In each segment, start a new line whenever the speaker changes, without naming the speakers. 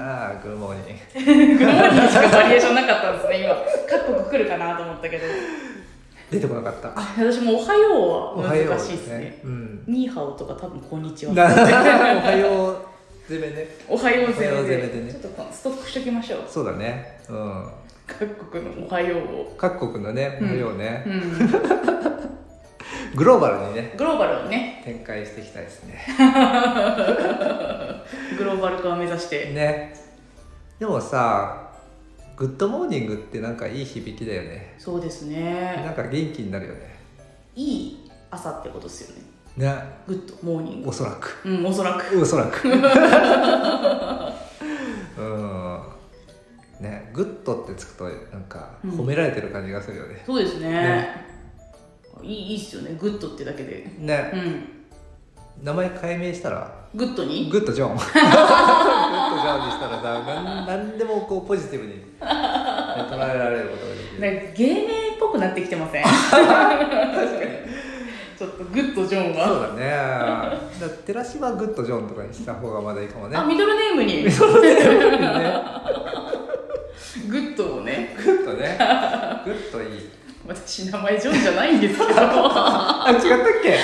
ああ、Good morning。
グローリーしかバリエーションなかったんですね今各国来るかなと思ったけど
出てこなかった。
私も「おはよう」
お
は
はよう
難しいですね
うん。
ニーハオとか多分「こんにち
お
は」
はよう。全面ね。
おはよう
おはよ
全
う
然
全然ね
ちょっとこのストックしときましょう
そうだね。うん。
各国の「おはよう」を
各国のね、お
うん
はようね
う。ん
グローバルにね、
グローバルをね
展開していきたいですね。
グローバル化を目指して
ね。でもさ、グッドモーニングってなんかいい響きだよね。
そうです
な
ね
んか元気になるよね。
いい朝ってことですよね
ね。
グッドモーニング
おそらく。
うんおそらく
おそらく うんねグッドってつくとなんか
うん
褒められてる感じがするよね、
そうですね
ね
いいいいっすよねグッドってだけで
ね
うん
名前改名したら
グッドに
グッド ジョングッドジョンにしたらさなんなんでもこうポジティブに、ね、捉えられることができる、
なんか芸名っぽくなってきてませんちょっとグッドジョン
そ
は、
うだねだ寺島グッドジョンとかにした方がまだいいかもね
あミドルネームに
ね
グッドをね
グッドねグッドいい
私名前ジョンじゃないんですけど あ
あ違ったっ け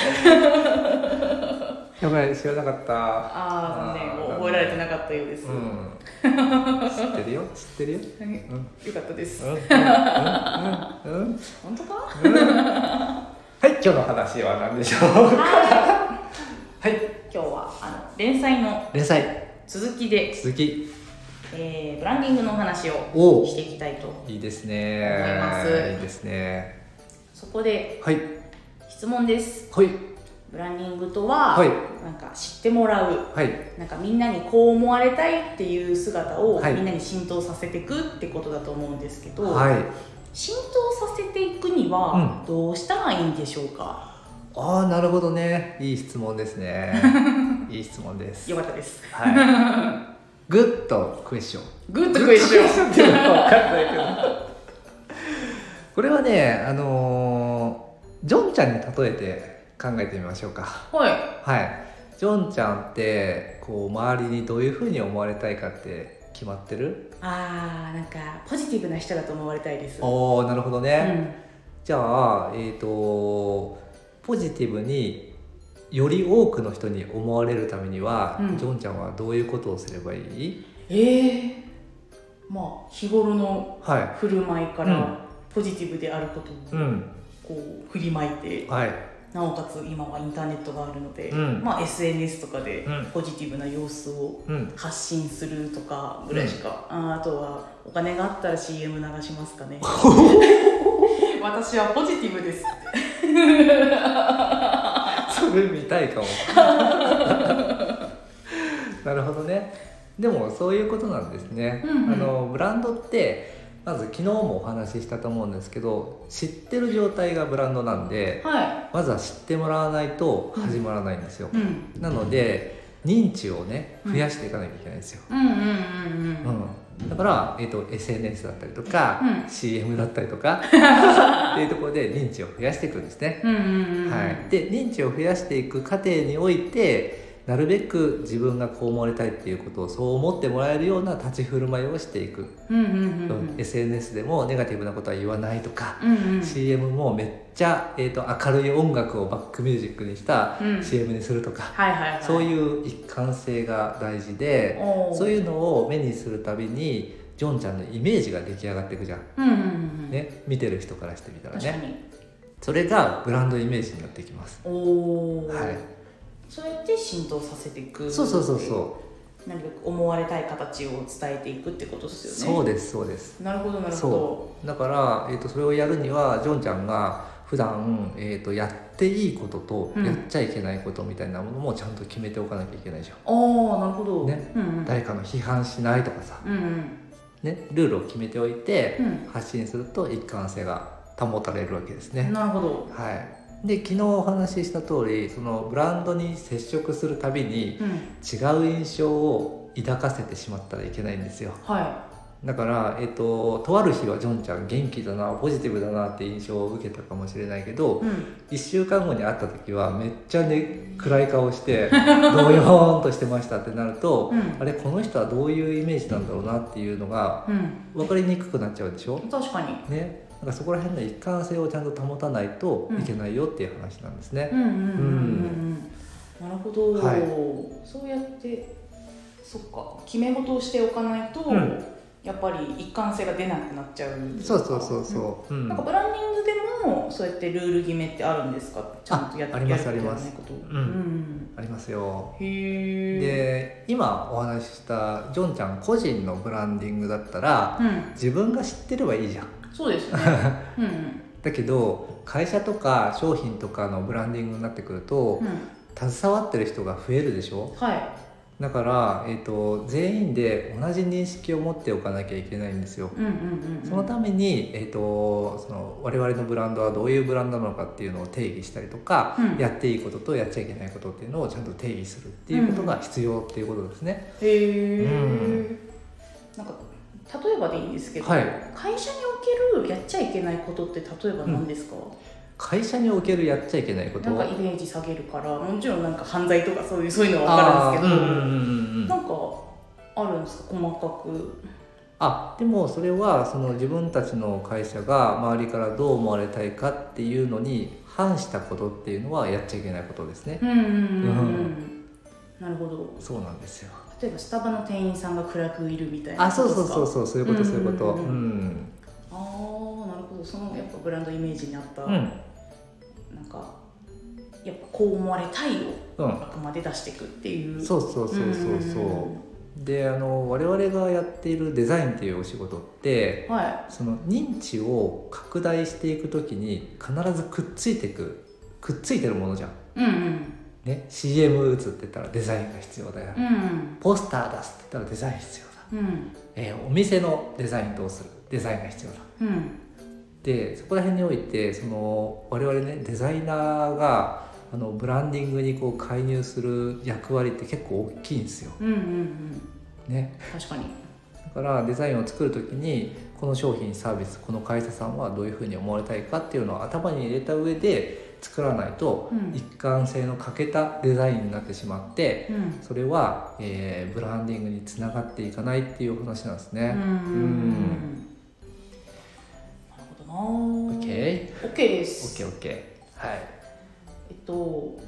やばい知らなかった
あ残念覚えられてなかったようです、
うん、知ってる よ知ってるよ、
はい
う ん
よかったです、
うんうんうんうん
本当か
はい今日の話は何でしょう はい
今日はあの連載の
連載
続きで、
続き
えーブランディングのお話を
おお
していきたいと
いいですね
思います
いいですね
そこで
はい
質問です
はい
ブランディングとは、
はい
なんか知ってもらう
はい
なんかみんなにこう思われたいっていう姿を
はい
みんなに浸透させていくってことだと思うんですけど、
はい
浸透させていくにはどうしたらいいんでしょうか、
ああなるほどねいい質問です ねいい質問です
よかったです
はい グッドクエスチョン
グッドクエスチョン
っていうのか分かんないけどこれはねあのージョンちゃんに例えて考えてみましょうか
はい
はいジョンちゃんってこう周りにどういうふうに思われたいかって決まってる
あーなんかポジティブな人だと思われたいです
おーなるほど
う
ね、
ん、
じゃあえっ、とポジティブにより多くの人に思われるためには、
うん
ジョンちゃんはどういうことをすればいい
ええまあ日頃の
は
振る舞いか
うん
らポジティブであること
い、う
を
ん、
こう振りまいて、
はい、
なおかつ今はインターネットがあるので、
うん
まあ、SNS とかで
うん
ポジティブな様子を
うん、
発信するとかぐらいしか、あーあとはお金があったら CM 流しますかね私はポジティブです
それ見たいかも なるほどねでもそういうことなんですね、
うんうん
あのブランドってまず昨日もお話ししたと思うんですけど知ってる状態がブランドなんで
は
まずは知ってもらわないと始まらないんですよ
い、、うん、
なので認知をね増やしていかなきゃいけないんですよ、
うんうんうんうん
うん、だから、えー、と SNS だったりとか、
うん
CM だったりと かっていうところで認知を増やしていくんですね
うんうんうん
はい、で認知を増やしていく過程においてなるべく自分がこう思われたいっていうことをそう思ってもらえるような立ち振る舞いをしていく、
うんうんうんう
うん
ん
SNS でもネガティブなことは言わないとか、
うんうん
CM もめっちゃ、えー、と明るい音楽をバックミュージックにした
うん
CM にするとか、
はいはいはい
そう
う
いう一貫性が大事でそう
う
いうのを目にするたびにジョンちゃんのイメージが出来上がっていくじゃん、
うんうんうん
ね、見てる人からしてみたら
確か
ね
に
それがブランドイメージになってきます、
おお、
はい、
それって浸透させていく
そうそうそうそう
なるべく思われたい形を伝えていくってことで
う。
すよね
そうですそうです。
なるほどなるほど
そう。だからえっ、とそれをやるにはジョンちゃんが普段えっ、とやっていいことと
うん
やっちゃいけないことみたいなものもちゃんと決めておかなきゃいけないじゃん。
ああなるほど
ね
うんうん
誰かの批判しないとかさ、
うんうん
ね、ルールを決めておいて
うん
発信すると一貫性が保たれるわけですね。
なるほど
はい、で昨日お話しした通りそのブランドに接触するたびに
う
違
ん
う印象を抱かせてしまったらいけないんですよ
は
だから、えっと、とある日はジョンちゃん元気だなポジティブだなって印象を受けたかもしれないけど、
いうん
1週間後に会った時はめっちゃ、ね、暗い顔して どよーんとしてましたってなると、
うん
あれこの人はどういうイメージなんだろうなっていうのが
うん
分かりにくくなっちゃうでしょ、
確かに
ね、だからそこら辺の一貫性をちゃんと保たないといけないよっていう話なんですね。
うんうんうんうんうんなるほど、
はい
そうやってそっか決め事をしておかないと、
うん
やっぱり一貫性が出なくなっちゃうといか
そうそうそうそう、うん
なんかブランディングでもそうやってルール決めってあるんですかちゃんとやっ
ああ
て
ります
やること
あります
やらないこと、
んありますよ。
うんへえ
で今お話ししたジョンちゃん個人のブランディングだったら
うん
自分が知ってればいいじゃん。
そうで すねうん
だけど会社とか商品とかのブランディングになってくると
うん、
携わってる人が増えるでしょ
うん、はい
だから、えー、と全員で同じ認識を持っておかなきゃいけないんですよ。
うんうんうんうん
そのために、えー、とその我々のブランドはどういうブランドなのかっていうのを定義したりとか、
うん
やっていいこととやっちゃいけないことっていうのをちゃんと定義するっていうことが必要っていうことですね。
へえ、
うん
なんか例えばでいいんですけど、
はい
会社におけるやっちゃいけないことって例えば何ですか、
会社におけるやっちゃいけないこと
なんかイメージ下げるからもちろんなんか犯罪とかそういうそういうのは分かるんです
あー
けど、
うんうんうんうん
なんかあるんですか細かく
あでもそれはその自分たちの会社が周りからどう思われたいかっていうのに反したことっていうのはやっちゃいけないことですね。
うんうんうん、う、
うん
なるほど
そうなんですよ。
例えばスタバの店員さんが暗くいるみたいな
あそうそうそう
う
そうそういうこと
うん
そういうこと。
う
うんん。
ああなるほどそのやっぱブランドイメージに合った、
うん。
なんかやっぱこう思われたいを
うん。
あくまで出していくっていう
そうそうそうそうそう。であの我々がやっているデザインっていうお仕事って
うんは
その認知を拡大していくときに必ずくっついてくくっついてるものじゃん。
いうんうん
ね CM 打つって言ったらデザインが必要だよ。
うん
ポスター出すって言ったらデザイン必要だ。
うん
えーお店のデザインどうするデザインが必要だ
うん
でそこら辺においてその我々ねデザイナーがあのブランディングにこう介入する役割って結構大きいんですよ、
うんうんうん
ね、
確かに
だからデザインを作る時にこの商品サービスこの会社さんはどういうふうに思われたいかっていうのを頭に入れた上で作らないと
うん
一貫性の欠けたデザインになってしまって
うん
それは、えーブランディングにつながっていかないっていうお話なんです
う
ね。
んなるほどな
OK?
OK です
オッケーオッケーはい
えっと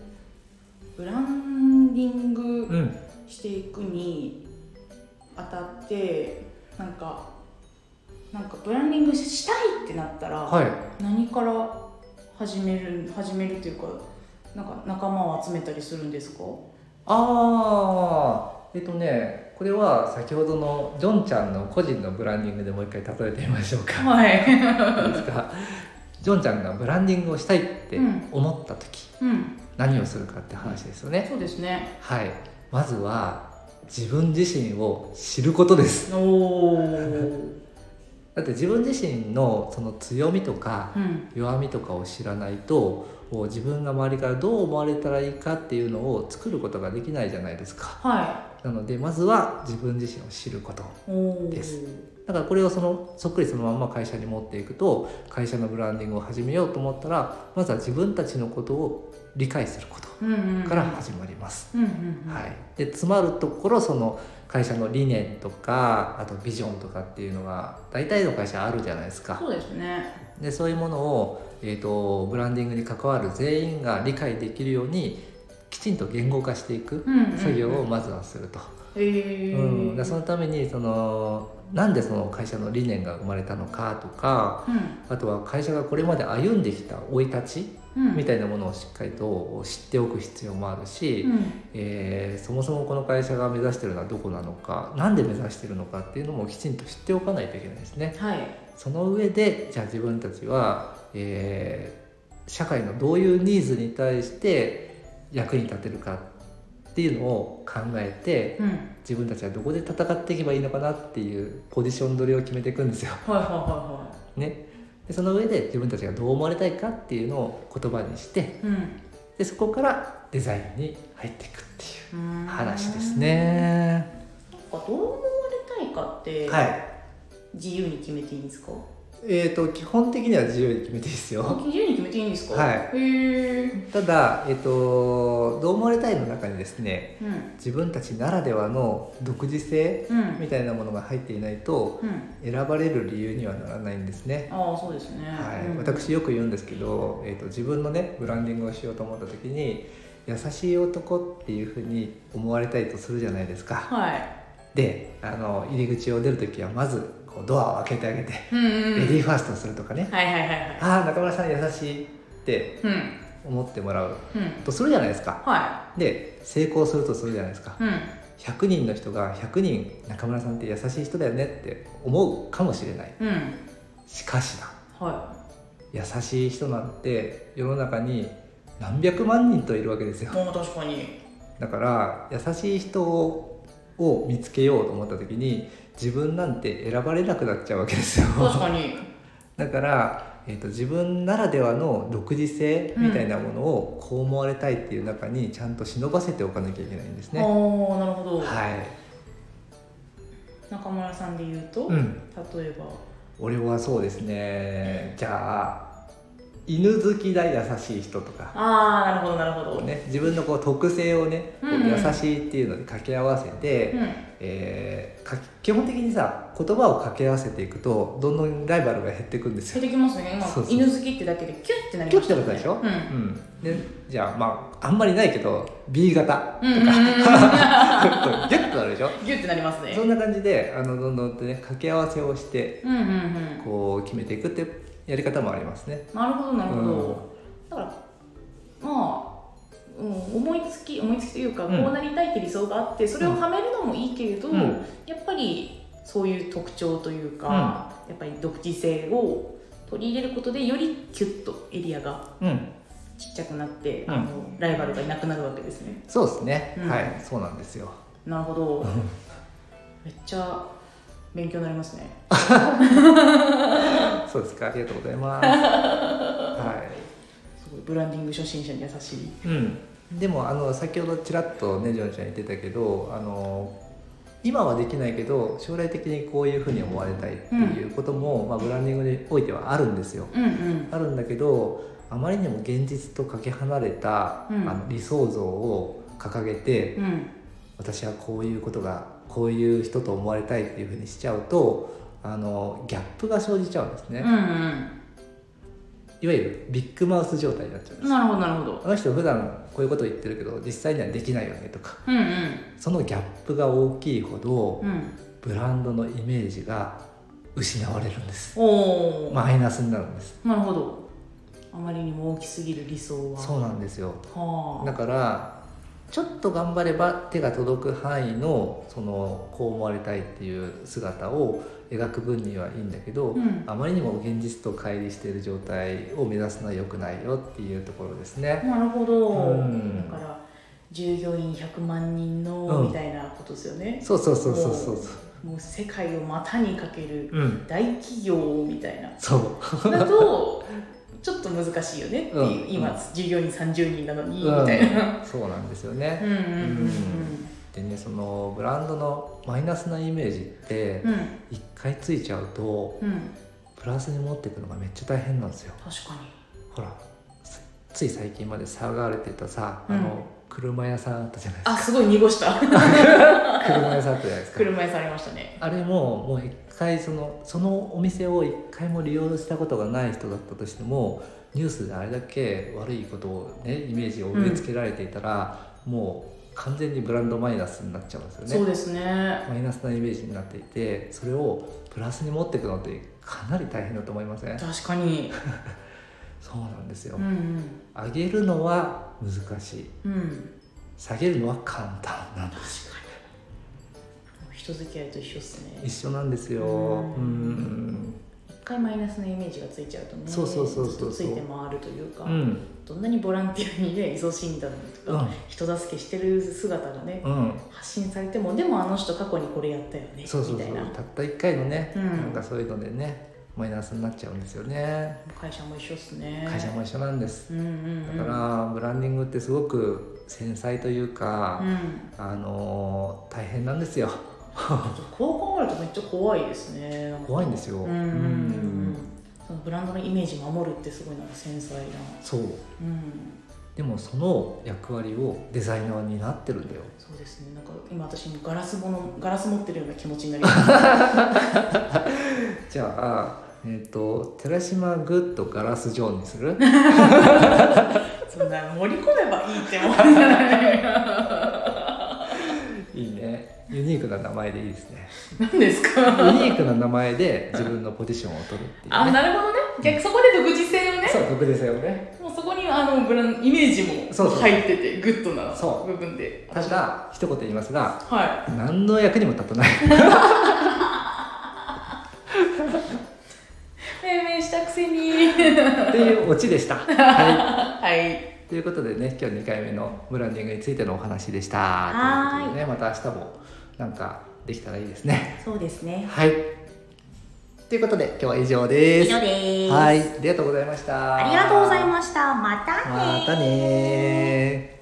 ブランディング
うん
していくにあたってなんかなんかブランディングしたいってなったら、
はい
何から始める始めるというかなんか仲間を集めたりするんですか
あーえっとねこれは先ほどのジョンちゃんの個人のブランディングでもう一回例えてみましょうか
はい
いいですかジョンちゃんがブランディングをしたいって思った時、
うん
何をするかって話ですよね、
そうですね
はいまずは自分自身を知ることです
おおうん
だって自分自身のその強みとか弱みとかを知らないとこう自分が周りからどう思われたらいいかっていうのを作ることができないじゃないですか
は
なのでまずは自分自身を知ること
いおお
ですだからこれをそのそっくりそのまんま会社に持っていくと会社のブランディングを始めようと思ったらまずは自分たちのことを理解すること
うんうんうん
から始まります、
うんうんうん
はい、で詰まるところその会社の理念とかあとビジョンとかっていうのが大体の会社あるじゃないですか
そうですね
でそういうものを、えー、とブランディングに関わる全員が理解できるようにきちんと言語化していく
うんうんうん
作業をまずはすると。
へえ
うん、だからそのためにそのなんでその会社の理念が生まれたのかとか
うん
あとは会社がこれまで歩んできた生い立ち
うん
みたいなものをしっかりと知っておく必要もあるし、
うん
えーそもそもこの会社が目指してるのはどこなのかなんで目指してるのかっていうのもきちんと知っておかないといけないですね。
はい
その上でじゃあ自分たちは、えー社会のどういうニーズに対して役に立てるかっていうのを考えて
うんはい
自分たちはどこで戦っていけばいいのかなっていうポジション取りを決めていくんですよ。
はいは
ね、でその上で自分たちがどう思われたいかっていうのを言葉にして
いはいうん
でそこからデザインに入っていくっていう
ーん
う話ですね。
なんかどう思われたいかって
はい
自由に決めていいんですか、
えー、と基本的には自由に決めていいですよ
あ自由に決めていいんですか
はい
へえ
ただ、えー、とどう思われたいの中にですね
うん
自分たちならではの独自性
うん
みたいなものが入っていないと
うん
選ばれる理由にはならないんですね。
ああそうですね
はい
うん
私よく言うんですけど、えー、と自分のねブランディングをしようと思った時に優しい男っていうふうに思われたいとするじゃないですか。
はい
であの入り口を出る時はまずこうドアを開けてあげて、
うんうん
レディーファーストするとかね
はいはいはいはい
ああ中村さん優しいって
うん
思ってもらう
うん
とするじゃないですか。
は
で成功するとするじゃないですか
い。うん
100人の人が100人中村さんって優しい人だよねって思うかもしれない
うん
しかしだ
は
優しい人なんて世の中に何百万人といるわけですよ
いもう確かに
だから優しい人をを見つけようと思った時に自分なんて選ばれなくなっちゃうわけですよ
確かに
だから、えー、と自分ならではの独自性みたいなものをこう思われたいっていう中にちゃんと忍ばせておかなきゃいけないんです
あ
ね、
あなるほど
はい、
中村さんで言うと
うん、
例えば
俺はそうですねじゃあ犬好きだ優しい人とか、
ああなるほどなるほど
こう
うん
ね、自分のこう特性をね、こう
うんうん
優しいっていうのに掛け合わせて、えーか基本的にさ言葉を掛け合わせていくとどんどんライバルが減っていくんです
出
よ。
てきますね
そう
今
そう
犬好きってだけでキュッてなりました
キュッてなったでしょ
うん
うん、でじゃあまああんまりないけど B 型
うんうんうんうん
ギュッとなるでしょ
ギュッてなりますね
そんな感じであのどんどんってね掛け合わせをして
うんうんうん
こう決めていくってやり方もありますね。
なるほどなるほど、
うん
だからまあ、うん、思いつき思いつきというか、
うん
こうなりたいって理想があってそれをはめるのもいいけれど、
うん
やっぱりそういう特徴というか、やっぱり独自性を取り入れることでよりキュッとエリアが
うん
ちっちゃくなって、
うん
あのライバルがいなくなるわけですね
そうですね、
うん
はいそうなんですよ
なるほどめっちゃ勉強になりますね
そうですかありがとうございます は
すごいブランディング初心者に優しい
い、うん、でもあの先ほどちらっとねジョンちゃん言ってたけどあの今はできないけど将来的にこういうふうに思われたいっていうことも、まあ、ブランディングにおいてはあるんですよ
うんうん
あるんだけどあまりにも現実とかけ離れた、
うん
あの理想像を掲げて、
うん
私はこういうことがこういう人と思われたいっていうふうにしちゃうとあのギャップが生じちゃうんですね、
うん
いわゆるビッグマウス状態になっちゃうんで
うん
す
なるほどなるほど
あの人普段こういうこと言ってるけど実際にはできないよねとか
うんうん
そのギャップが大きいほど
うん
ブランドのイメージが失われるんです
おお、
マイナスになるんです
なるほどあまりにも大きすぎる理想は
そうなんですよ
は
だ
あ
からちょっと頑張れば手が届く範囲のそのこう思われたいっていう姿を描く分にはいいんだけど、
うん
あまりにも現実と乖離している状態を目指すのは良くないよっていうところですね。
なるほど、
うん
だから従業員100万人の
うん
みたいなことですよね、
そうそうそうそうそうそ
もう世界を股にかける
う。うん。
大企業みたいな
そう。
だとちょっと難しいよねっていう、
うん
今
うん
従業員30人なのにみたいな、
そうなんですよ
う
ね。
ん、うん
でねそのブランドのマイナスなイメージって
うんうんうん
一回ついちゃうと
うん
プラスに持っていくのがめっちゃ大変なんですよ。
確かに
ほらつつい最近まで騒がれてたさ、
うん
あの車屋さんあったじゃないです
あすごい濁した
か。車屋さんあったじゃないですか。
車椅子ありましたね
あれももう一回そのそのお店を一回も利用したことがない人だったとしてもニュースであれだけ悪いことをねイメージを植え付けられていたら、もう完全にブランドマイナスになっちゃうんですよ
そう
ね
ですね
マイナスなイメージになっていてそれをプラスに持っていくのってかなり大変だと思いません
確かに
そうなんですよ、
うん
上げるのは難しい
うんうん
下げるのは簡単なんで
確か
す
に人付き合いと一緒っすね
一緒なんですよ
う
うんん
一回マイナスのイメージがついちゃうとね
そうそうそうそう
ずっとついて回るというか、
うん
どんなにボランティアにね依存診断と
う
か、
ん
人助けしてる姿がね、
うん
発信されてもでもあの人過去にこれやったよね
そうそう
み
そ
たいうな
たった1回のね、
うん
なんかそういうのでねマイナスになっちゃうんですよね
会社も一緒っすね
会社も一緒なんです、
うんうんうん
だからブランディングってすごく繊細というか、
うん、
あのー大変なんですよ
こう考えるとめっちゃ怖いですねなんか
怖いんですよ、
うんうんうんそのブランドのイメージ守るってすごいなんか繊細な
そう
うん
でもその役割をデザイナーになってるんだよ
そうですねなんか今私もガラスものガラス持ってるような気持ちになります
じゃあえっ、と寺島グッドガラスジョーにす る
そんな盛り込めばいいって思うんじゃない
いいねユニークな名前でいいですね
何です
ユ
か
ニークな名前で自分のポジションを取るっていう、ね、
あなるほどね逆そこで独自性をね
そう特別だよね
もうそこにあのブランイメージも
そうそう
入っててグッドな
そう
部分で
ただ一言言いますが
は
何の役にも立たない
い命名したくせ に
っていうオチでした、 は
はい
い、ということでね今日2回目のブランディングについてのお話でした
はーい
ということでねまた明日もなんかできたらいいですね
そうですね
はいということで今日は以上で
以
す
上です
はいありがとうございました
ありがとうございましたまたねー
またねー